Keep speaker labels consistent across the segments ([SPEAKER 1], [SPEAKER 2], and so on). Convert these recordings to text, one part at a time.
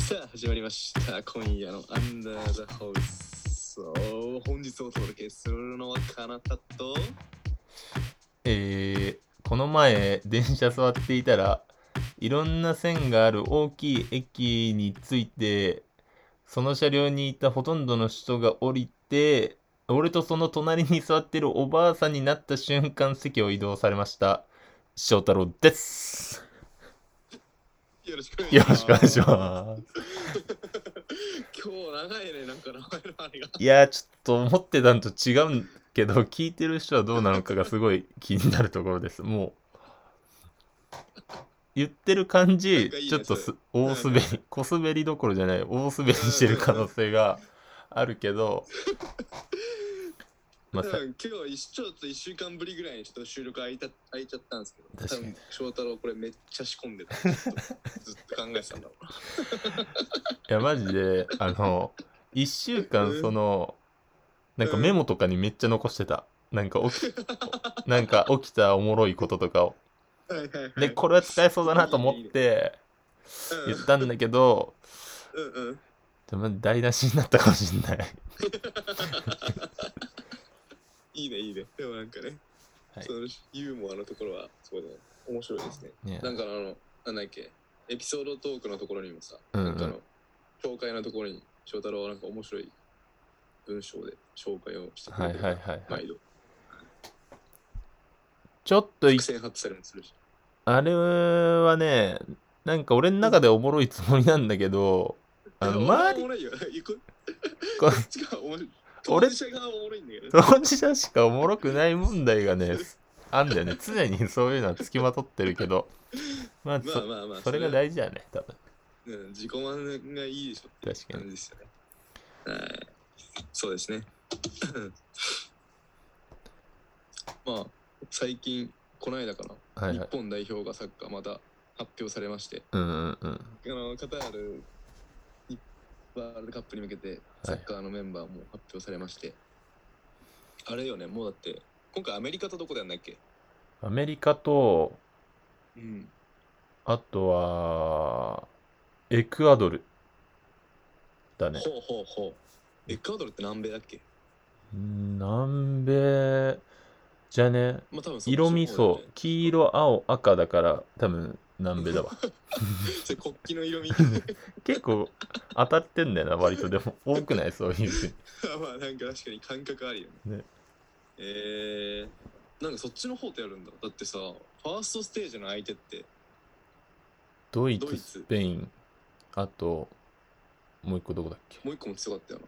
[SPEAKER 1] さあ始まりました今夜のアンダーザハウス本日お届けするのはかなたと
[SPEAKER 2] えーこの前電車座っていたらいろんな線がある大きい駅に着いてその車両にいたほとんどの人が降りて俺とその隣に座ってるおばあさんになった瞬間席を移動されました翔太郎です
[SPEAKER 1] よろしくお願いし
[SPEAKER 2] よ
[SPEAKER 1] ま
[SPEAKER 2] ろ
[SPEAKER 1] す
[SPEAKER 2] しくお願いします
[SPEAKER 1] 今日長いねなんか名前のあれが
[SPEAKER 2] いやーちょっと思ってたんと違うけど聞いてる人はどうなのかがすごい気になるところですもう言ってる感
[SPEAKER 1] なん
[SPEAKER 2] じ
[SPEAKER 1] かいいね
[SPEAKER 2] ちょっとす
[SPEAKER 1] そ
[SPEAKER 2] 大滑り小滑りどころじゃない大滑りしてる可能性があるけどまあ
[SPEAKER 1] 多
[SPEAKER 2] さ
[SPEAKER 1] 分今日一ちょっと1週間ぶりぐらいにちょっと収録空いた空いちゃったんですけど多
[SPEAKER 2] 確かに
[SPEAKER 1] 分翔太郎これめっちゃ仕込んでたちょっとずっと考えてたんだろう
[SPEAKER 2] いやマジであの1週間そのなんかメモとかにめっちゃ残してたなんか起きなんか起きたおもろいこととかを
[SPEAKER 1] なはい はいはい
[SPEAKER 2] でこれは使えそうだなと思って言ったんだけど
[SPEAKER 1] うんうんうん
[SPEAKER 2] でも台無しになったかもしんない。
[SPEAKER 1] いいねいいねでもなんかね、
[SPEAKER 2] はい
[SPEAKER 1] そのユーモアのところはそうだね面白いですね
[SPEAKER 2] ね
[SPEAKER 1] なんかあの、なんだっけ、エピソードトークのところにもさ、
[SPEAKER 2] うんう
[SPEAKER 1] なんかあ
[SPEAKER 2] ん
[SPEAKER 1] の、紹介のところに、翔太郎はなんか面白い文章で紹介をしてく
[SPEAKER 2] は
[SPEAKER 1] れ
[SPEAKER 2] い
[SPEAKER 1] てる
[SPEAKER 2] はいはいはい。
[SPEAKER 1] 毎度、
[SPEAKER 2] ちょっとい
[SPEAKER 1] 苦戦発されもするし。
[SPEAKER 2] あれはね、なんか俺の中でおもろいつもりなんだけど、あの
[SPEAKER 1] でも俺はお
[SPEAKER 2] 周り
[SPEAKER 1] もろいよ。行く
[SPEAKER 2] こう
[SPEAKER 1] こっちがおもろい。
[SPEAKER 2] 俺
[SPEAKER 1] 当事者がおもろいんだけどね。
[SPEAKER 2] 当事者しかおもろくない問題がね、あんだよね。常にそういうのはつきまとってるけ ど、まあそ
[SPEAKER 1] まあまあまあ、
[SPEAKER 2] それが大事だね、多分。
[SPEAKER 1] それはうん自己満がいいでしょって
[SPEAKER 2] 確か
[SPEAKER 1] 感じで
[SPEAKER 2] に。
[SPEAKER 1] すよね。はい。そうですね。 まあ、最近、この間かな。
[SPEAKER 2] はい
[SPEAKER 1] 日
[SPEAKER 2] はい。
[SPEAKER 1] 本代表がサッカーまた発表されまして、
[SPEAKER 2] うんうんうん。
[SPEAKER 1] あのカタールにワールドカップに向けてサッカーのメンバーも発表されまして、あれよね、もうだって、今回アメリカとどこでやんだっけ
[SPEAKER 2] アメリカと、
[SPEAKER 1] うん。
[SPEAKER 2] あとは、エクアドルだね。
[SPEAKER 1] ほうほうほう。エクアドルって南米だっけ
[SPEAKER 2] 南米じゃね
[SPEAKER 1] まあ多分そっちの
[SPEAKER 2] 色
[SPEAKER 1] 方だよね
[SPEAKER 2] 味そう黄色青赤だから多分南米 だわ
[SPEAKER 1] それ国旗の 色味。
[SPEAKER 2] 結構当たってんだよな割とでも多くないそういうふうに
[SPEAKER 1] まあなんか確かに感覚あるよね。
[SPEAKER 2] ね
[SPEAKER 1] えー、なんかそっちの方とやるんだ。だってさ、ファーストステージの相手って、
[SPEAKER 2] ドイツ
[SPEAKER 1] ドイツ
[SPEAKER 2] スペインあともう一個どこだっけ
[SPEAKER 1] もう一個も強かったよな。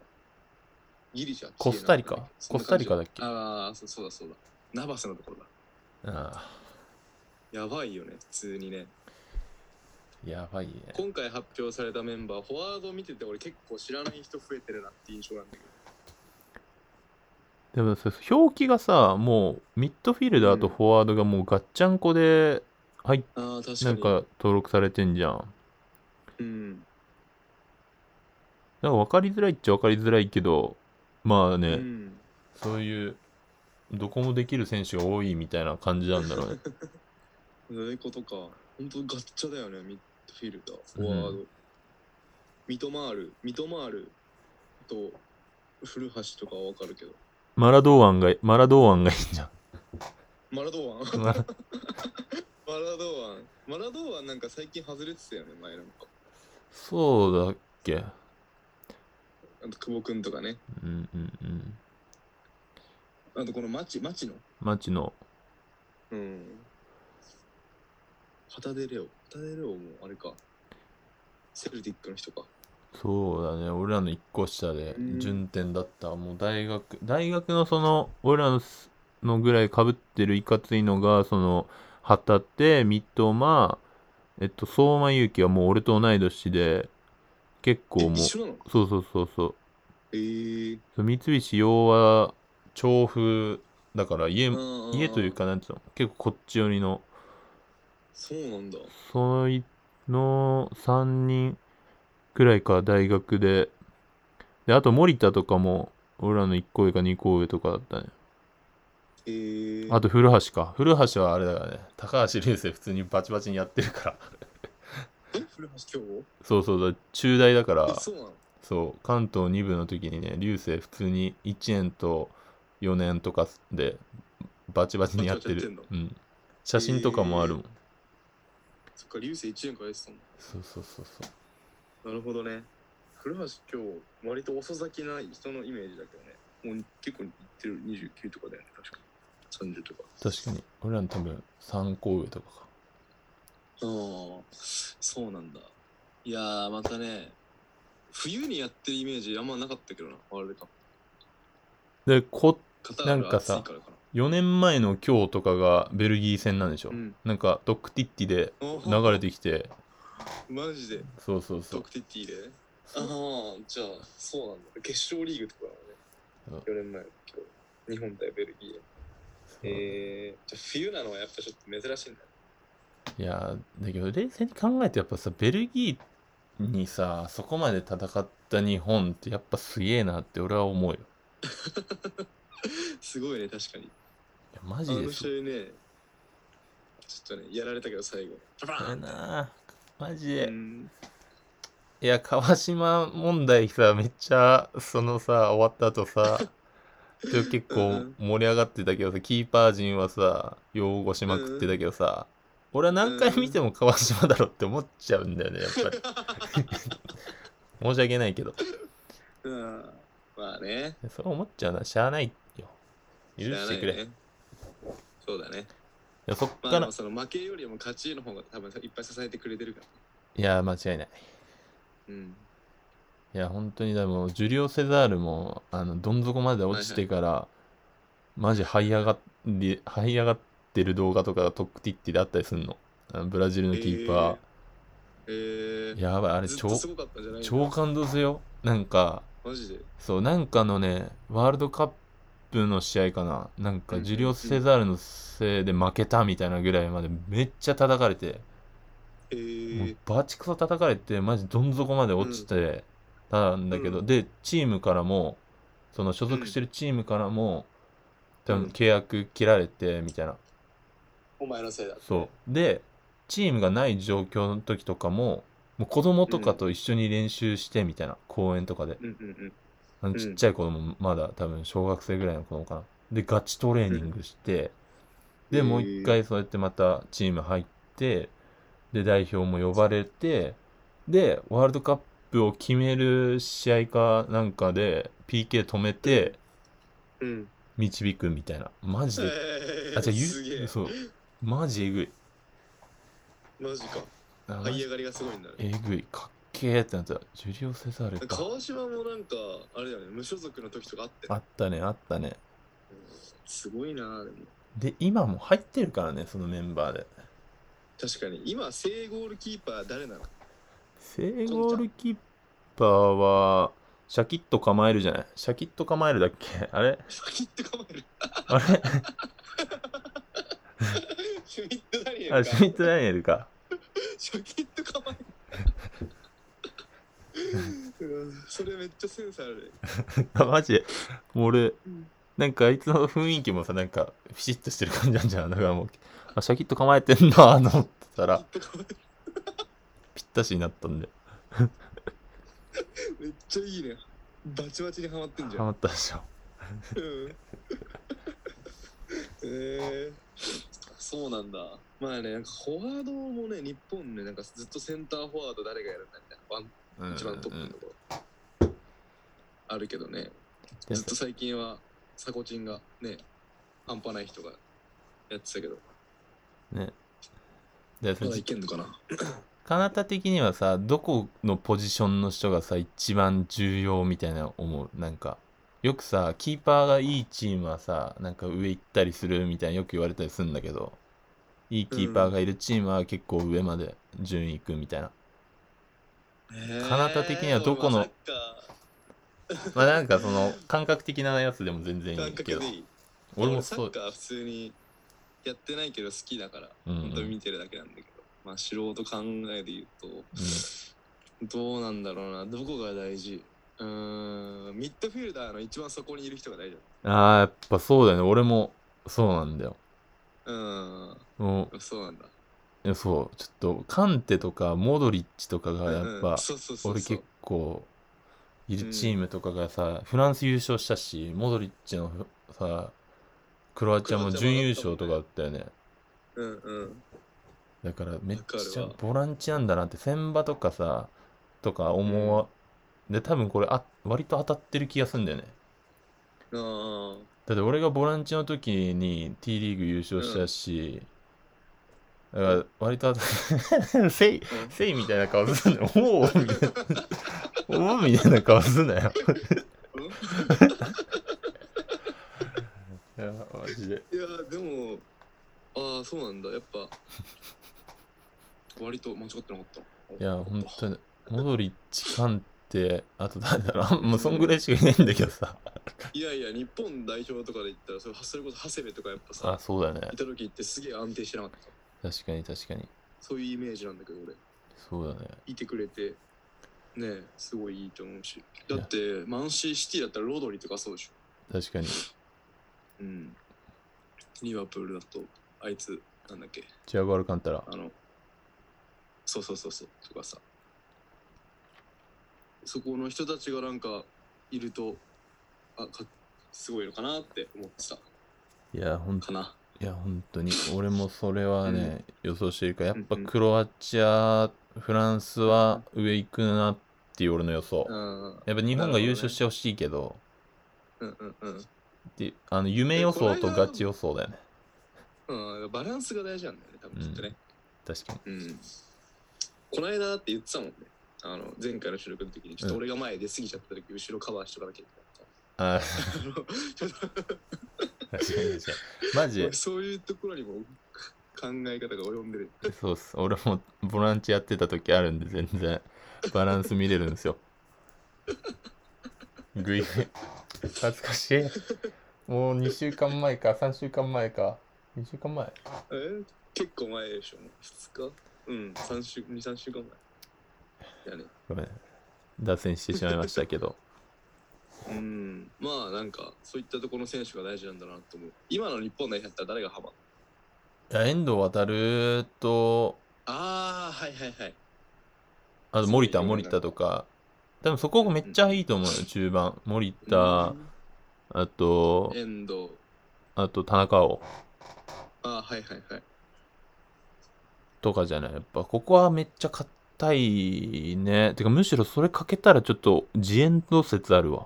[SPEAKER 1] ギリシャ。
[SPEAKER 2] コスタリカ
[SPEAKER 1] そんな
[SPEAKER 2] コスタリカ
[SPEAKER 1] 感じ
[SPEAKER 2] だっ
[SPEAKER 1] ああ、そそうだそうだ。ナバスのところだ。
[SPEAKER 2] あ
[SPEAKER 1] やばいよね、普通にね。
[SPEAKER 2] あやばいね
[SPEAKER 1] 今回発表されたメンバー、フォワード見てて俺結構知らない人増えてるなって印象なんだけ
[SPEAKER 2] でもそ表記がさもうミッドフィルダーとフォワードがもうガッチャンコで入っ
[SPEAKER 1] ど。ああ、確か
[SPEAKER 2] な
[SPEAKER 1] に。
[SPEAKER 2] んか登録されてんじゃん
[SPEAKER 1] うん。
[SPEAKER 2] なんか分かりづらいっちゃ分かりづらいけどまあね、
[SPEAKER 1] うん。
[SPEAKER 2] そういうどこもできる選手が多いみたいな感じなんだろうね。
[SPEAKER 1] そういうことか。ほんとガッチャだよね、ミッドフィルダー、フォワード。ミトマール、ミトマールと古橋とかはわかるけど。
[SPEAKER 2] マラドーアンがマラドーアンがいい じゃ
[SPEAKER 1] マラドーアン
[SPEAKER 2] ん。マラ
[SPEAKER 1] マラドーアン。マラドーアンなんか最近外れてたよね、前なんか。
[SPEAKER 2] そうだっけ。
[SPEAKER 1] あと久保君とかね。
[SPEAKER 2] うんうんうん。
[SPEAKER 1] あとこの町、町の。
[SPEAKER 2] マチの
[SPEAKER 1] うん。旗でレオ。旗でレオもあれか。セルティックの人か。
[SPEAKER 2] そうだね俺らの一個下で
[SPEAKER 1] うん
[SPEAKER 2] 順天だった、もう大学大学のその俺らのすのぐらいかぶってるいかついのがその旗手三笘えっと相馬勇紀はもう俺と同い年で結
[SPEAKER 1] え
[SPEAKER 2] 構もう
[SPEAKER 1] 一
[SPEAKER 2] そう
[SPEAKER 1] 緒なの
[SPEAKER 2] そうそうそう
[SPEAKER 1] ええー。
[SPEAKER 2] そう三菱洋は調布だから家
[SPEAKER 1] あー
[SPEAKER 2] 家という。かなんていうの結構こっち寄りの
[SPEAKER 1] そうなんだ。
[SPEAKER 2] そいの3人くらいか大学でであと森田とかも俺らの1個上か2個上とかだったね
[SPEAKER 1] えー、
[SPEAKER 2] あと古橋か古橋はあれだからね高橋流星普通にバチバチにやってるから
[SPEAKER 1] 古橋今
[SPEAKER 2] そうそうだ、中大だから
[SPEAKER 1] 日、そうなの
[SPEAKER 2] そう、関東2部の時にね、流星普通に1年と4年とかで、バチバチにやっ
[SPEAKER 1] バ
[SPEAKER 2] て
[SPEAKER 1] チ
[SPEAKER 2] る。
[SPEAKER 1] バチやっ
[SPEAKER 2] うん。写真とかもあるもん。
[SPEAKER 1] そっか、流星1年からやってたんだ。
[SPEAKER 2] そうそうそうそう。
[SPEAKER 1] なるほどね。古橋今日、割と遅咲きな人のイメージだけどね。もう結構いってる29とかだよね、確か。30とか。
[SPEAKER 2] 確かに、俺らの多分3校上とかか。
[SPEAKER 1] ああ、そうなんだ。いやー、またね、冬にやってるイメージあんまなかったけどな、ワールドカッ
[SPEAKER 2] で、こ、
[SPEAKER 1] プ。カタール
[SPEAKER 2] なん
[SPEAKER 1] が
[SPEAKER 2] か
[SPEAKER 1] 暑
[SPEAKER 2] さ
[SPEAKER 1] いからかな。
[SPEAKER 2] 4年前の今日とかがベルギー戦なんでしょ、
[SPEAKER 1] うん。
[SPEAKER 2] なんか、ドックティッティで
[SPEAKER 1] あ
[SPEAKER 2] 流れてきて、
[SPEAKER 1] マジで、
[SPEAKER 2] そうそうそ
[SPEAKER 1] ド
[SPEAKER 2] う。
[SPEAKER 1] クティティで。ああ、じゃあ、そうなんだ。決勝リーグとかだ
[SPEAKER 2] うん
[SPEAKER 1] ね。4年前の今日。日本対ベルギーで。えー、じゃあ冬なのはやっぱちょっと珍しいんだよ。
[SPEAKER 2] いやーだけど冷静に考えてやっぱさベルギーにさそこまで戦った日本ってやっぱすげえなって俺は思うよい
[SPEAKER 1] すごいね、確かに。
[SPEAKER 2] やマ
[SPEAKER 1] あ
[SPEAKER 2] ジで
[SPEAKER 1] の
[SPEAKER 2] す
[SPEAKER 1] 試合ね、ちょっとね、やられたけど最後。ババ
[SPEAKER 2] ご
[SPEAKER 1] ー
[SPEAKER 2] い
[SPEAKER 1] ン
[SPEAKER 2] なマジ
[SPEAKER 1] う
[SPEAKER 2] で
[SPEAKER 1] ん
[SPEAKER 2] いや川島問題さめっちゃそのさ終わった 後さで結
[SPEAKER 1] う
[SPEAKER 2] 構
[SPEAKER 1] ん
[SPEAKER 2] 盛り上がってたけどさキーパー陣はさ擁護しまくってたけどさ俺は何回見ても川島だろって思っちゃうんだよねやっぱり 申し訳ないけど
[SPEAKER 1] うんまあね。
[SPEAKER 2] そう思っちゃうなしゃあないよ許してくれ
[SPEAKER 1] 知らないねそうだね。
[SPEAKER 2] いやそっ
[SPEAKER 1] まあ、
[SPEAKER 2] か
[SPEAKER 1] で
[SPEAKER 2] ら、
[SPEAKER 1] もその負けよりも勝ちの方が多分いっぱい支えてくれてるから。
[SPEAKER 2] いや、間違いない。
[SPEAKER 1] うん。
[SPEAKER 2] いや、本当に、でも、ジュリオ・セザールも、あの、どん底まで落ちてから、マジ、這い上がり、這い上がってる動画とかがトックティッティであったりすんの。あのブラジルのキーパ
[SPEAKER 1] えー、え
[SPEAKER 2] ー。
[SPEAKER 1] ー、
[SPEAKER 2] やばい、あれ、
[SPEAKER 1] ずっ
[SPEAKER 2] 超
[SPEAKER 1] と、すごかったんじゃない
[SPEAKER 2] 超感動するよ。なんか、
[SPEAKER 1] マジで。
[SPEAKER 2] そう、なんかのね、ワールドカップの試合かな。なん
[SPEAKER 1] う
[SPEAKER 2] か、
[SPEAKER 1] ん
[SPEAKER 2] ジュリオ・セザールのせいで負けたみたいなぐらいまで、めっちゃ叩かれて。
[SPEAKER 1] え
[SPEAKER 2] もう
[SPEAKER 1] ー、
[SPEAKER 2] バチクソ叩かれてマジどん底まで落ちてたんだけど、
[SPEAKER 1] うん
[SPEAKER 2] でチームからもその所属してるチームからも、多
[SPEAKER 1] うん
[SPEAKER 2] 分契約切られてみたいな、
[SPEAKER 1] お前のせいだ。
[SPEAKER 2] そうでチームがない状況の時とかももう子供とかと一緒に練習してみたいな、公園とかで
[SPEAKER 1] うんうんうん。
[SPEAKER 2] あの
[SPEAKER 1] うん
[SPEAKER 2] ちっちゃい子供まだ多分小学生ぐらいの子供かなでガチトレーニングして、
[SPEAKER 1] へ
[SPEAKER 2] で
[SPEAKER 1] ー
[SPEAKER 2] もう一回そうやってまたチーム入ってで代表も呼ばれてでワールドカップを決める試合かなんかで PK 止めて
[SPEAKER 1] うん。
[SPEAKER 2] 導くみたいなマジで、
[SPEAKER 1] えー、
[SPEAKER 2] あじゃ
[SPEAKER 1] すげえ。
[SPEAKER 2] そうマジえぐい
[SPEAKER 1] マジか。
[SPEAKER 2] あマ
[SPEAKER 1] 這い
[SPEAKER 2] ジ
[SPEAKER 1] 上がりがすごいんだね。
[SPEAKER 2] えぐいかっけえってなったジュリオ・セザールか
[SPEAKER 1] 川島もなんか、あれだよね、無所属の時とかあって。
[SPEAKER 2] あったねあったね
[SPEAKER 1] すごいなでも。
[SPEAKER 2] で今も入ってるからねそのメンバーで
[SPEAKER 1] 確かに。今、正ゴールキーパー誰なの
[SPEAKER 2] 正ゴールキーパーは、シャキッと構えるじゃないシャキッと構えるだっけ あれ
[SPEAKER 1] 先って構える。
[SPEAKER 2] あれ
[SPEAKER 1] シュミット・ダニエルか。
[SPEAKER 2] あ、シュミット・ダニエルか。
[SPEAKER 1] シャキッと構える。うんそれめっちゃセンスあるね。
[SPEAKER 2] あマジで。もう俺
[SPEAKER 1] うん、
[SPEAKER 2] なんかあいつの雰囲気もさ、なんか、ピシッとしてる感じなんじゃん。だからもう、あ、シャキッと構えてんなと思ってたら、
[SPEAKER 1] シャキッと構え
[SPEAKER 2] ぴったしになったんで、
[SPEAKER 1] るめっちゃいいね。バチバチにハマってんじゃ
[SPEAKER 2] ハ
[SPEAKER 1] ん。
[SPEAKER 2] マったでしょ。
[SPEAKER 1] うんえー、そうなんだ。まあね、なんかフォワードもね、日本ね、なんかずっとセンターフォワード誰がやるんだみたいなワン、
[SPEAKER 2] うん
[SPEAKER 1] 一番トップのところ。あるけどね、
[SPEAKER 2] で
[SPEAKER 1] ずっと最近はサコチンがね、半端ない人がやってたけど、
[SPEAKER 2] ね。で、そ
[SPEAKER 1] ま
[SPEAKER 2] の
[SPEAKER 1] だいけんのかな。
[SPEAKER 2] かなた的にはさ、どこのポジションの人がさ、一番重要みたいな思う。なんか、よくさ、キーパーがいいチームはさ、なんか上行ったりするみたいなよく言われたりするんだけど、いいキーパーがいるチームは結構上まで順位行くみたいな。
[SPEAKER 1] カ
[SPEAKER 2] 彼方的にはどこのまあなんかその、感覚的なやつでも全然い
[SPEAKER 1] 感
[SPEAKER 2] いけ
[SPEAKER 1] 覚
[SPEAKER 2] ど
[SPEAKER 1] でい、い
[SPEAKER 2] 俺も
[SPEAKER 1] サ
[SPEAKER 2] そ
[SPEAKER 1] ッ
[SPEAKER 2] う、
[SPEAKER 1] カー普通にやってないけど好きだから、
[SPEAKER 2] うんうん
[SPEAKER 1] 本当に見てるだけなんだけどまあ素人考えで言うとどうなんだろうなどこが大事うーんミッドフィルダーの一番そこにいる人が大事
[SPEAKER 2] うんああ、やっぱそうだよね。俺もそうなんだよ。
[SPEAKER 1] だう
[SPEAKER 2] も
[SPEAKER 1] ーんそうなんだ
[SPEAKER 2] う、いやそう、ちょっと、カンテとか、モドリッチとかが、やっ
[SPEAKER 1] う
[SPEAKER 2] ぱ
[SPEAKER 1] ん、そうそうそうそう
[SPEAKER 2] 俺結構、い
[SPEAKER 1] うん
[SPEAKER 2] るチームとかがさ、フランス優勝したし、モドリッチのふさ、クロアチアも
[SPEAKER 1] クロアチアも
[SPEAKER 2] 準優勝とかあったよね。
[SPEAKER 1] うんうん
[SPEAKER 2] だから、めっちゃ
[SPEAKER 1] わか
[SPEAKER 2] ボランチなんだなって、千場とかさ、とか思わ、で、多分これあ、割と当たってる気がするんだよね。
[SPEAKER 1] あ
[SPEAKER 2] だって俺がボランチの時に T リーグ優勝したし、だから割とあ せい
[SPEAKER 1] あ
[SPEAKER 2] せいみたいな顔すんなよ。おおみたいな。おおみたいな顔すんなよ。 いや、マジで。
[SPEAKER 1] いやでもああそうなんだやっぱ割と間違ってなかった
[SPEAKER 2] いや、ほんとに、モドリッチ、カンテ、あと誰だ ろう。もうそんぐらいしかいないんだけどさ。
[SPEAKER 1] いやいや日本代表とかで言ったらそれそれこそ長谷部とかやっぱ
[SPEAKER 2] あ、
[SPEAKER 1] さ
[SPEAKER 2] そうだね。
[SPEAKER 1] いた時ってすげえ安定してなかった
[SPEAKER 2] 確かに確かに。
[SPEAKER 1] そういうイメージなんだけど俺
[SPEAKER 2] そうだね。
[SPEAKER 1] いてくれてねえすごいいいと思うしだってマンシーシティだったらロドリとかそうでしょ
[SPEAKER 2] 確かに。
[SPEAKER 1] うんリバプールだとあいつなんだっけ
[SPEAKER 2] チアゴアルカンタラ。
[SPEAKER 1] あの、そうそうそうそうとかさ、そこの人たちがなんかいると、あかすごいのかなって思ってた
[SPEAKER 2] いや、ほん
[SPEAKER 1] かな。
[SPEAKER 2] いや、本当に、俺もそれはね、予想してるから、やっぱ
[SPEAKER 1] うんうん
[SPEAKER 2] クロアチア、フランスは上行くなっていう俺の予想。
[SPEAKER 1] うん
[SPEAKER 2] やっぱ日本が優勝してほしいけど、
[SPEAKER 1] うんうんうん
[SPEAKER 2] ってあの夢予想
[SPEAKER 1] え
[SPEAKER 2] と
[SPEAKER 1] この間
[SPEAKER 2] ガチ予想だよね。
[SPEAKER 1] うん。バランスが大事なんだよね、多分きっとね。
[SPEAKER 2] 確かに。
[SPEAKER 1] うん。この間だって言ってたもんね。あの前回の収録の時にちょっと俺が前出過ぎちゃった時、後ろカバーしとかなきゃい
[SPEAKER 2] あ
[SPEAKER 1] けないからちょっと
[SPEAKER 2] ー確かに確かに。マジ
[SPEAKER 1] 俺、そういうところにも考え方が及んでる
[SPEAKER 2] そうっす。俺もボランチやってた時あるんで、全然バランス見れるんですよ。ぐいぐい。恥ずかしい。もう2週間前か、3週間前か。2週間前
[SPEAKER 1] えー結構前でしょ、もう2日うん、3週、2、3週間前。やね。
[SPEAKER 2] ごめん。脱線してしまいましたけど。
[SPEAKER 1] うん、まあなんか、そういったところの選手が大事なんだなと思う。今の日本代表だったら誰がハマ
[SPEAKER 2] いや遠藤航と、
[SPEAKER 1] ああ、はいはいはい。
[SPEAKER 2] あと森田、森田とか。多分そこめっちゃいいと思うよ、中盤。森田、あと、
[SPEAKER 1] 遠藤。
[SPEAKER 2] あと田中碧
[SPEAKER 1] ああ、はいはいはい。
[SPEAKER 2] とかじゃない。やっぱここはめっちゃ硬いね。てかむしろそれかけたらちょっと自演と説あるわ。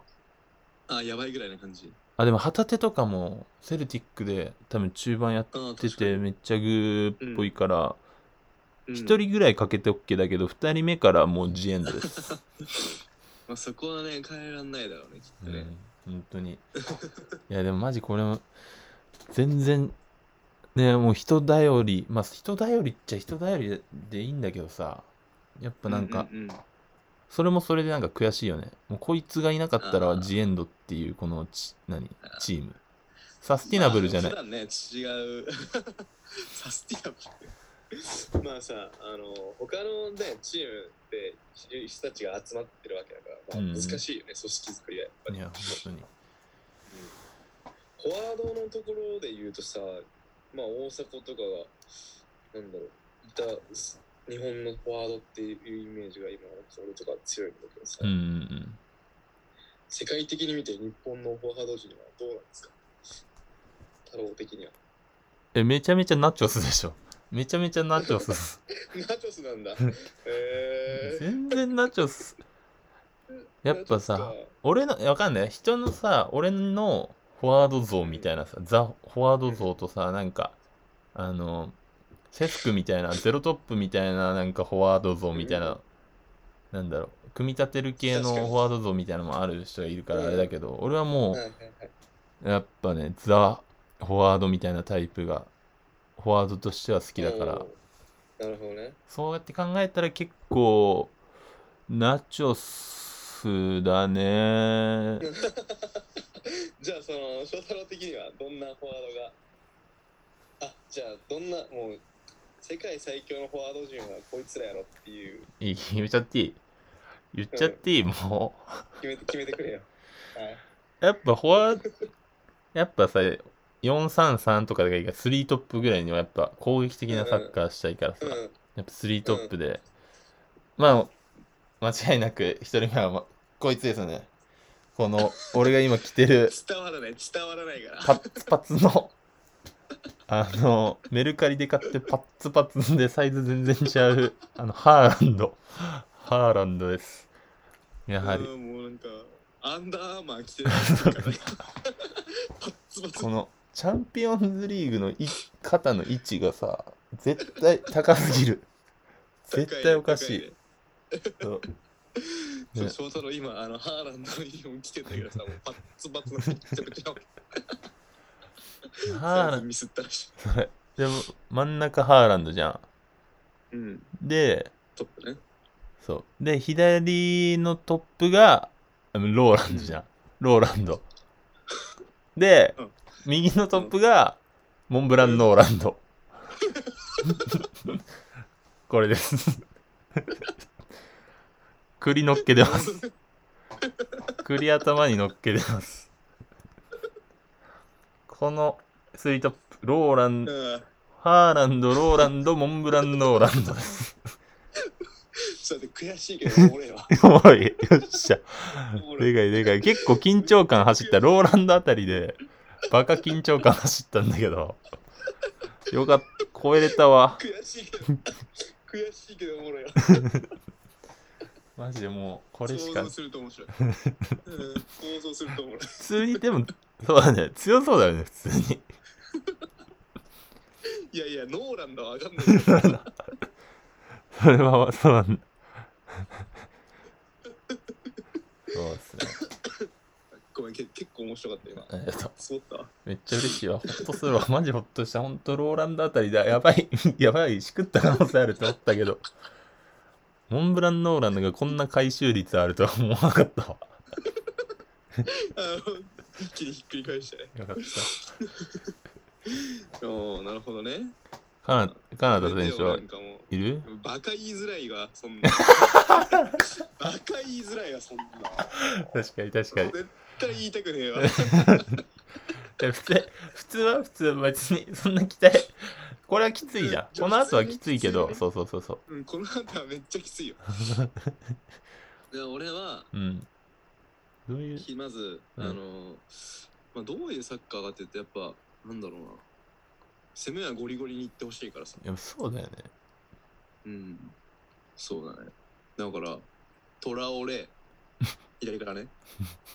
[SPEAKER 1] ああ、やばいぐらいな感じ。
[SPEAKER 2] あ、でも旗手とかもセルティックで多分中盤やっ
[SPEAKER 1] ああ、
[SPEAKER 2] て
[SPEAKER 1] 確か
[SPEAKER 2] て
[SPEAKER 1] に。
[SPEAKER 2] めっちゃグーっぽいから、
[SPEAKER 1] うん
[SPEAKER 2] 一、人ぐらいかけて OK だけど、二人目からもう自演です。
[SPEAKER 1] まあ、そこはね、変えらんないだろうね、きっ
[SPEAKER 2] う
[SPEAKER 1] とね。
[SPEAKER 2] ん、本当 に。いや、でもマジこれも、全然、ね、もう人頼り、まあ人頼りっちゃ人頼りでいいんだけどさ、やっぱなんか、
[SPEAKER 1] うんうんうん
[SPEAKER 2] それもそれでなんか悔しいよね。もうこいつがいなかった
[SPEAKER 1] あ
[SPEAKER 2] ら、
[SPEAKER 1] ー
[SPEAKER 2] ジエンドっていうこのち、何、チーム。サスティナブルじゃない。
[SPEAKER 1] まあ、普段ね、違う。 サスティナブル。ま あさ、あの、他のね、チームで人たちが集まってるわけだから、
[SPEAKER 2] うん
[SPEAKER 1] まあ、難しいよね、組織作りはやっぱ
[SPEAKER 2] い
[SPEAKER 1] り。
[SPEAKER 2] や、本当に。
[SPEAKER 1] フォワードのところで言うとさ、まあ大迫とかが、なんだろう、いた日本のフォワードっていうイメージが今、俺とか強いんだけどさ、
[SPEAKER 2] うんうんうん。
[SPEAKER 1] 世界的に見て日本のフォワード陣はどうなんですか太郎的には。
[SPEAKER 2] え、めちゃめちゃナチョスでしょ。めちゃめちゃナチョス。
[SPEAKER 1] ナチョスなんだ。えー、
[SPEAKER 2] 全然ナチョス。 やっぱさ
[SPEAKER 1] ナチョスか
[SPEAKER 2] 俺の、わかんない。人のさ、俺のフォワード像みたいなさ、ザ・フォワード像とさ、なんか、あの、セスクみたいな、ゼロトップみたいな、なんかフォワード像みたいな、なんだろう、組み立てる系の
[SPEAKER 1] 確
[SPEAKER 2] フ
[SPEAKER 1] かに
[SPEAKER 2] ォワード像みたいなのもある人がいるから
[SPEAKER 1] うん
[SPEAKER 2] あれだけど、俺はも、
[SPEAKER 1] はいはいはいう
[SPEAKER 2] やっぱね、ザ・フォワードみたいなタイプが、フォワードとしては好きだから、
[SPEAKER 1] なるほどね。
[SPEAKER 2] そうやって考えたら結構、ナチョスだね。
[SPEAKER 1] じゃあ、その、翔太郎的にはどんなフォワードが。あ、じゃあ、どんな、もう、世界最強のフォワード陣はこいつらやろっていう、
[SPEAKER 2] いい言っちゃっていい言っちゃっていい、も
[SPEAKER 1] 決めて、決めてくれよ。はい。
[SPEAKER 2] う。やっぱフォワード、やっぱさ、 433とかがいいから3トップぐらいにはやっぱ攻撃的なサッカーしたいからさ、
[SPEAKER 1] うん
[SPEAKER 2] やっぱ3トップで、まあ間違いなく1人目は、ま、こいつですねこの俺が今着てる
[SPEAKER 1] 伝わらない伝わらないから
[SPEAKER 2] パッツパツのあのメルカリで買ってパッツパツでサイズ全然違うあのハーランドハーランドですやはり
[SPEAKER 1] うんもうなんかアンダーアーマー着てるから ねパッツパツ
[SPEAKER 2] このチャンピオンズリーグのい肩の位置がさ絶対高すぎる絶対おかしいそう
[SPEAKER 1] 高いね
[SPEAKER 2] ね
[SPEAKER 1] 翔太郎今あのハーランドのユニフォーム着てたけどさもうパッツパ ツのめっちゃめちゃ
[SPEAKER 2] ハー
[SPEAKER 1] サイ
[SPEAKER 2] ラン
[SPEAKER 1] ズミスったらしい
[SPEAKER 2] ドでも真ん中ハーランドじゃ
[SPEAKER 1] うん
[SPEAKER 2] んで
[SPEAKER 1] トップね
[SPEAKER 2] そうで左のトップがあのローランドじゃんローランドで
[SPEAKER 1] うん
[SPEAKER 2] 右のトップがモンブランノーランドこれです 栗のっけてます栗頭に乗っけてますこのスリートップローラン
[SPEAKER 1] うん
[SPEAKER 2] ハーランドローランドモンブランノーランドです
[SPEAKER 1] ちょっと悔しいけど 俺は
[SPEAKER 2] おもろいよっしゃでかいでかい結構緊張感走ったローランドあたりでバカ緊張感走ったんだけどよかった超えれたわ
[SPEAKER 1] 悔しいけど悔しいけどおもろいわ
[SPEAKER 2] マジでもうこ
[SPEAKER 1] こ
[SPEAKER 2] れし
[SPEAKER 1] 想像
[SPEAKER 2] か普
[SPEAKER 1] すると面 白い、うん、想像すると面白い
[SPEAKER 2] 通にでもそうだね強そうだよね普通に
[SPEAKER 1] いやいやノーランドはわかんないけど
[SPEAKER 2] それはそうなんだそうですね
[SPEAKER 1] ごめんけ結構面白かった今
[SPEAKER 2] ありがとう
[SPEAKER 1] そうだった
[SPEAKER 2] めっちゃ嬉しいわ。ほっとするわ。 マジほっとした。ほんと、ローランドあたりだ。やばい。 やばい。しくった可能性あると思ったけど。モンブラン・ノーランドがこんな回収率あるとは思わなかったわ。
[SPEAKER 1] あの一気にひっくり返してね
[SPEAKER 2] よかった。
[SPEAKER 1] おーなるほどね
[SPEAKER 2] カナカナダ選手は
[SPEAKER 1] なんかも
[SPEAKER 2] いる
[SPEAKER 1] うバカ言いづらいわそ んなバカ言いづらいわそんな
[SPEAKER 2] 確かに確かに。
[SPEAKER 1] 絶対言いたくねえわ
[SPEAKER 2] で普通普通は普通は別にそんな期待。これはきついじゃん。この後はきついけど。そうそうそうそ
[SPEAKER 1] うんこの後はめっちゃき ついよで俺は
[SPEAKER 2] う。うん。どういう。
[SPEAKER 1] ひまず、
[SPEAKER 2] うん
[SPEAKER 1] あのーまあ、どういうサッカーがってってやっぱなんだろうな攻めはゴリゴリに行ってほしいからさ
[SPEAKER 2] いやそうだよね。
[SPEAKER 1] うんそうだねだからトラオ レ左からね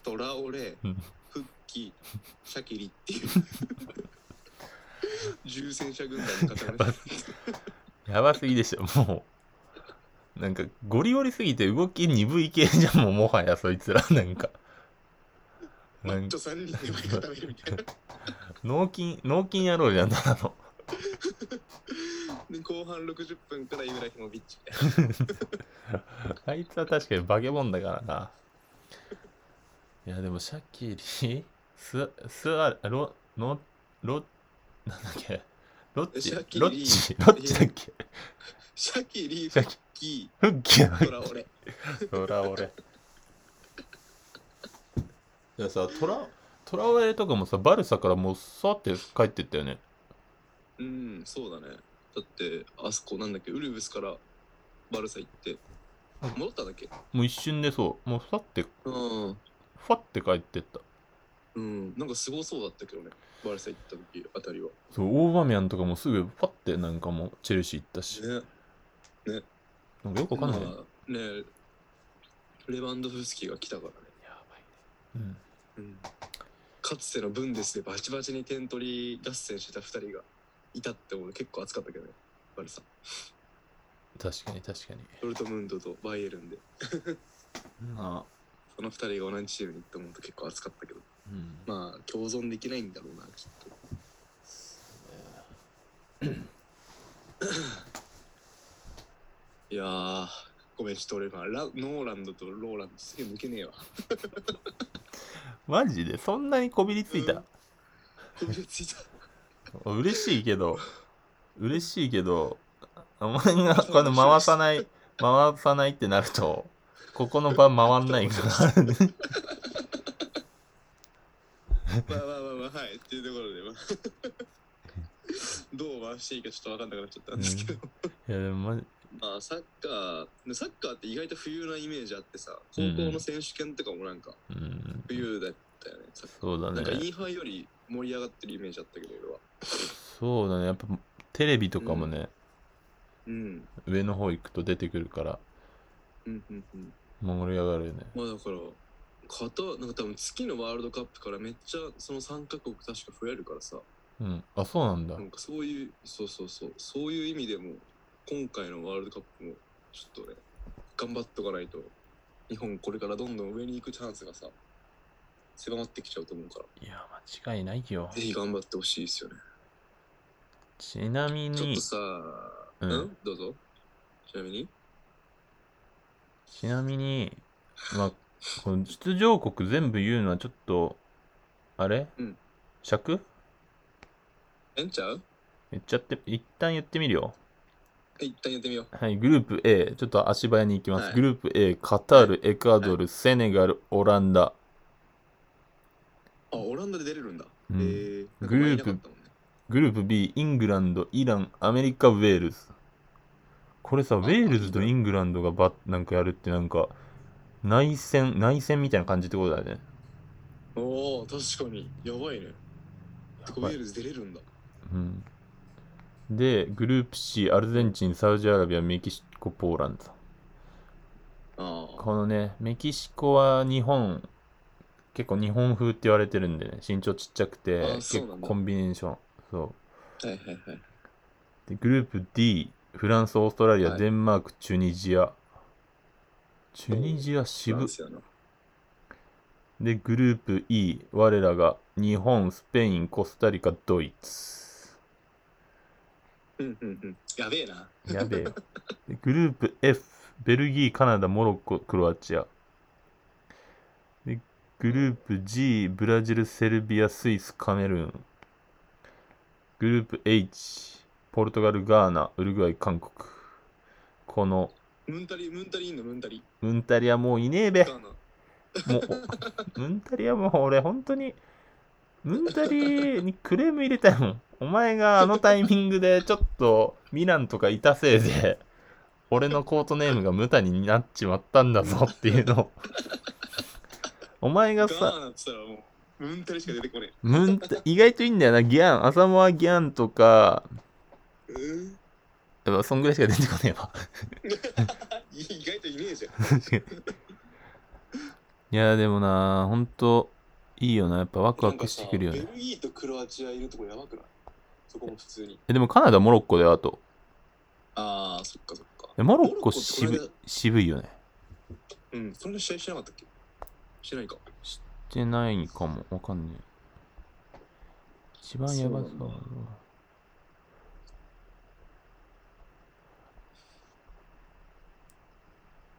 [SPEAKER 1] トラオレ
[SPEAKER 2] うん
[SPEAKER 1] 復帰シャキリっていう重戦車軍団の方ね
[SPEAKER 2] やばやばすぎでしょ、もう。なんか、ゴリゴリすぎて動き鈍い系じゃん、もう、もはや、そいつら、なんか。
[SPEAKER 1] マ
[SPEAKER 2] なん
[SPEAKER 1] ッチ
[SPEAKER 2] か
[SPEAKER 1] ョ3人で割り固めるみたいな
[SPEAKER 2] 脳筋、脳筋野郎じゃん、ただの。
[SPEAKER 1] で後半60分からイブラヒモビッチみたい
[SPEAKER 2] あいつは確かにバケモンだからな。いや、でも、シャキ リ、ス、スアレ、ロ、ノ、ロ、なんだっけ、ロッチ、
[SPEAKER 1] シ
[SPEAKER 2] ロ
[SPEAKER 1] ャキリ
[SPEAKER 2] ッチ、ロッチだっけ、
[SPEAKER 1] なシャキリ
[SPEAKER 2] シ
[SPEAKER 1] 復
[SPEAKER 2] ャ
[SPEAKER 1] 帰
[SPEAKER 2] キ、フッキー
[SPEAKER 1] トラオレ
[SPEAKER 2] トラオレ。いやさ、トラ、トラオレとかもさ、バルサからもうさって帰ってったよね。
[SPEAKER 1] うんそうだねだってあそこなんだっけウルブスからバルサ行って戻ったんだっけ
[SPEAKER 2] もう一瞬でそう、もうさって、
[SPEAKER 1] うん
[SPEAKER 2] ファって帰ってった。
[SPEAKER 1] うん、なんかすごそうだったけどね、バルサ行った時あたりは。
[SPEAKER 2] そう、オーバミャンとかもすぐファってなんかもうチェルシー行ったし、
[SPEAKER 1] ね、
[SPEAKER 2] なんかよくわかんない。
[SPEAKER 1] まあねレバンドフスキが来たからね、
[SPEAKER 2] うん、
[SPEAKER 1] うん。かつてのブンデスでバチバチに点取り合戦してた2人がいたって俺結構熱かったけどね、バルサ。
[SPEAKER 2] 確かに確かに。
[SPEAKER 1] ドルトムンドとバイエルンで、
[SPEAKER 2] まあ、
[SPEAKER 1] その2人が同じチームに行ったもんと結構熱かったけど、
[SPEAKER 2] うん。
[SPEAKER 1] まあ共存できないんだろうな、きっと。いやー、ごめん、ちょっと俺今ラ、ノーランドとローランドすげえ抜けねえわ。
[SPEAKER 2] マジでそんなにこびりついた、
[SPEAKER 1] こびりついた。
[SPEAKER 2] 嬉しいけど、嬉しいけど、お前がこの回さない、回さないってなると、 ここの場回んないから。
[SPEAKER 1] まあまあまあまあ、はい。っていうところで、まあ、 どう回していいかちょっと分かんなくなっちゃったんですけど。
[SPEAKER 2] いやでもま
[SPEAKER 1] まあ、サッカーで、サッカーって意外と冬なイメージあってさ、高校の選手権とかもなんか、
[SPEAKER 2] うん
[SPEAKER 1] 冬だったよね。サッカ
[SPEAKER 2] そうだ
[SPEAKER 1] ーなんか、
[SPEAKER 2] ね
[SPEAKER 1] インハイより盛り上がってるイメージあったけど、俺は。
[SPEAKER 2] そうだねやっぱテレビとかもね、
[SPEAKER 1] うん。
[SPEAKER 2] 上の方行くと出てくるから
[SPEAKER 1] うんうんうん。
[SPEAKER 2] 盛り上がるよね
[SPEAKER 1] まあだから、カターなんか多分月のワールドカップからめっちゃその3カ国確か増えるからさ、
[SPEAKER 2] うんあそうなんだ
[SPEAKER 1] なんかそういう、そうそうそう、そういう意味でも、今回のワールドカップも、ちょっとね、頑張っとかないと、日本これからどんどん上に行くチャンスがさ、狭まってきちゃうと思うから、
[SPEAKER 2] いや間違いないよ
[SPEAKER 1] ぜひ頑張ってほしいですよね。
[SPEAKER 2] ちなみ
[SPEAKER 1] ちょっ
[SPEAKER 2] に
[SPEAKER 1] とさ、
[SPEAKER 2] うん
[SPEAKER 1] うんどうぞ。ちなみに
[SPEAKER 2] ちなみにまあこの出場国全部言うのはちょっとあれ、
[SPEAKER 1] うん
[SPEAKER 2] 尺
[SPEAKER 1] えんちゃう
[SPEAKER 2] 言っちゃって一旦言ってみるよ
[SPEAKER 1] 一旦やってみよう。
[SPEAKER 2] はい、グループ A、ちょっと足早に行きます。
[SPEAKER 1] はい
[SPEAKER 2] グループ A、カタール、エクアドル、セネガル、オランダ。
[SPEAKER 1] あ、オランダで出れるんだ。
[SPEAKER 2] うん
[SPEAKER 1] えー、なんか
[SPEAKER 2] グループ
[SPEAKER 1] 前いなかったもんね
[SPEAKER 2] グループ B、イングランド、イラン、アメリカ、ウェールズ。これさ、ウェールズとイングランドがばなんかやるってなんか、内戦、内戦みたいな感じってことだね。
[SPEAKER 1] おお確かにやばいねてかウ
[SPEAKER 2] ば
[SPEAKER 1] ェ
[SPEAKER 2] い
[SPEAKER 1] ールズ出れるんだ
[SPEAKER 2] うん。で、グループ C、アルゼンチン、サウジアラビア、メキシコ、ポーランド。
[SPEAKER 1] ああ
[SPEAKER 2] このね、メキシコは日本、結構日本風って言われてるんでね、身長ちっちゃくて
[SPEAKER 1] あ、そ
[SPEAKER 2] 結
[SPEAKER 1] うなんだ
[SPEAKER 2] 構コンビネーション。そう。
[SPEAKER 1] はいはいはい
[SPEAKER 2] でグループ D、フランス、オーストラリア、
[SPEAKER 1] はい
[SPEAKER 2] デンマーク、チュニジア。チュニジア、
[SPEAKER 1] な
[SPEAKER 2] 渋
[SPEAKER 1] ん。すよな
[SPEAKER 2] で、グループ E、我らが日本、スペイン、コスタリカ、ドイツ。
[SPEAKER 1] うんうんうんやべえな
[SPEAKER 2] やべえよ。で グループ F、ベルギー、カナダ、モロッコ、クロアチア。でグループ G、ブラジル、セルビア、スイス、カメルーン。グループ H、ポルトガル、ガーナ、ウルグアイ、韓国。この、
[SPEAKER 1] ムンタリムンタリいんのムンタリ
[SPEAKER 2] ムンタリアもういねえべ
[SPEAKER 1] ガ。ーナ
[SPEAKER 2] もう、お ムンタリはもう俺、本当に、ムンタリにクレーム入れたいもん。お前があのタイミングで、ちょっと、ミランとかいたせいで、俺のコートネームがムタになっちまったんだぞっていうのを。お前
[SPEAKER 1] ガ
[SPEAKER 2] がさ、
[SPEAKER 1] ーナっつったらもうムンタリしか出てこね
[SPEAKER 2] ムンタ、意外といいんだよな、ギャン、浅間ギャンとか、
[SPEAKER 1] えうん
[SPEAKER 2] やっぱそんぐらいしか出てこねえわ。
[SPEAKER 1] 意外といねえじゃん
[SPEAKER 2] いや、でもな、ほんと、いいよな、やっぱワクワクしてくるよ
[SPEAKER 1] なん
[SPEAKER 2] ね
[SPEAKER 1] か。さベルギーとクロアチアいるとこやばくないそこも普通に
[SPEAKER 2] えでもカナダ、モロッコだよ、あと。
[SPEAKER 1] ああそっかそっか
[SPEAKER 2] えモロッ
[SPEAKER 1] モロッコ
[SPEAKER 2] コ
[SPEAKER 1] ってこ
[SPEAKER 2] 渋
[SPEAKER 1] れ
[SPEAKER 2] い渋いよね。
[SPEAKER 1] うんそれの試合してなかったっけしてないか
[SPEAKER 2] してないかも、わかんない。一番やばそうなのは
[SPEAKER 1] そ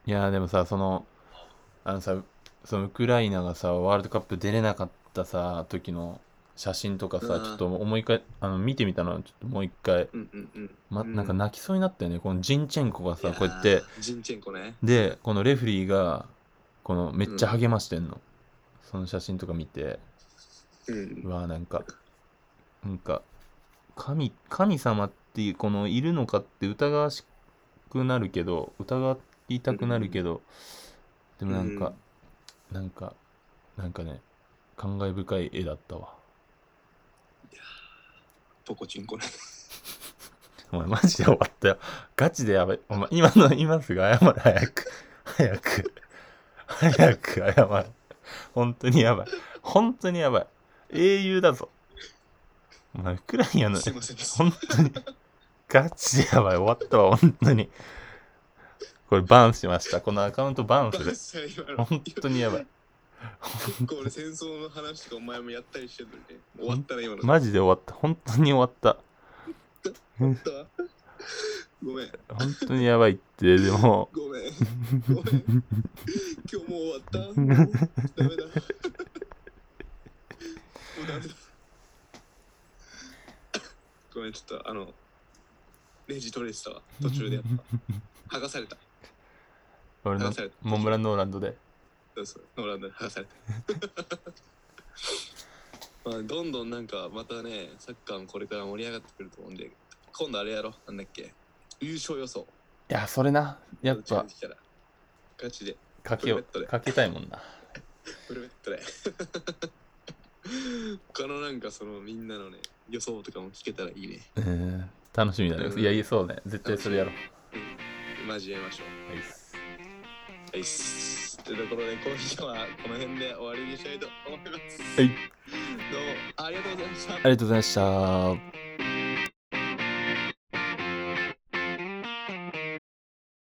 [SPEAKER 2] いやーでもさ、その、あのさ、そのウクライナがさ、ワールドカップ出れなかったさ、時の写真とかさ、
[SPEAKER 1] うん
[SPEAKER 2] ちょっと思いかあの見てみたの、ちょっともう一回、
[SPEAKER 1] うんうんうん
[SPEAKER 2] ま、
[SPEAKER 1] う
[SPEAKER 2] なんか泣きそうになったよね、このジンチェンコがさ、こうやって
[SPEAKER 1] や、ージンチェンコね
[SPEAKER 2] で、このレフェリーが、このめっちゃ励ましてんの。その写真とか見て、
[SPEAKER 1] うん
[SPEAKER 2] うわなんかなんか神神様っていうこのいるのかって疑わしくなるけど疑いたくなるけど、でもなんか、なんかなんかね感慨深い絵だったわ
[SPEAKER 1] ポコチンコね
[SPEAKER 2] お前マジで終わったよガチでやばいお前今の今すぐ謝れ早く早く早く謝れ本当にやばい本当にやばい英雄だぞお前ウクライナの
[SPEAKER 1] すいませんです
[SPEAKER 2] 本当に。ガチでやばい。終わったわ、本当に。これバンしました。このアカウントバンする。本当にやばい。
[SPEAKER 1] 結構俺戦争の話とかお前もやったりしてるのにね。終わったね、今の。
[SPEAKER 2] マジで終わった。本当に終わった。
[SPEAKER 1] 終わったわごめん、
[SPEAKER 2] 本当にやばいって。でも、
[SPEAKER 1] ごめん。ごめん。今日もう終わった。もうダメだ。もうダメだ。ごめん、ちょっとあの、レジ取れてたわ。途中でやった。剥がされた。
[SPEAKER 2] 俺
[SPEAKER 1] 剥
[SPEAKER 2] の
[SPEAKER 1] がされた。
[SPEAKER 2] モンブランノーランドで。
[SPEAKER 1] そうそうノーランドで剥がされた。 まあ、どんどんなんか、またね、サッカーもこれから盛り上がってくると思うんで、今度あれやろ、なんだっけ、優勝予想。
[SPEAKER 2] いや、それな。やっぱ
[SPEAKER 1] 近づい、てきたら。ガチで、
[SPEAKER 2] かけよ
[SPEAKER 1] プロベットで
[SPEAKER 2] かけたいもんな。
[SPEAKER 1] フルベット で。他のなんか、そのみんなのね、予想とかも聞けたらいいね。
[SPEAKER 2] うん。楽しみだね。いや、いいそうね。絶対それやろう。
[SPEAKER 1] うん。交えましょう。
[SPEAKER 2] はいっす
[SPEAKER 1] はいっす。というところで、今週はこの辺で終わりにしたいと思います。
[SPEAKER 2] はい
[SPEAKER 1] どうもありがとうございました。
[SPEAKER 2] ありがとうございました。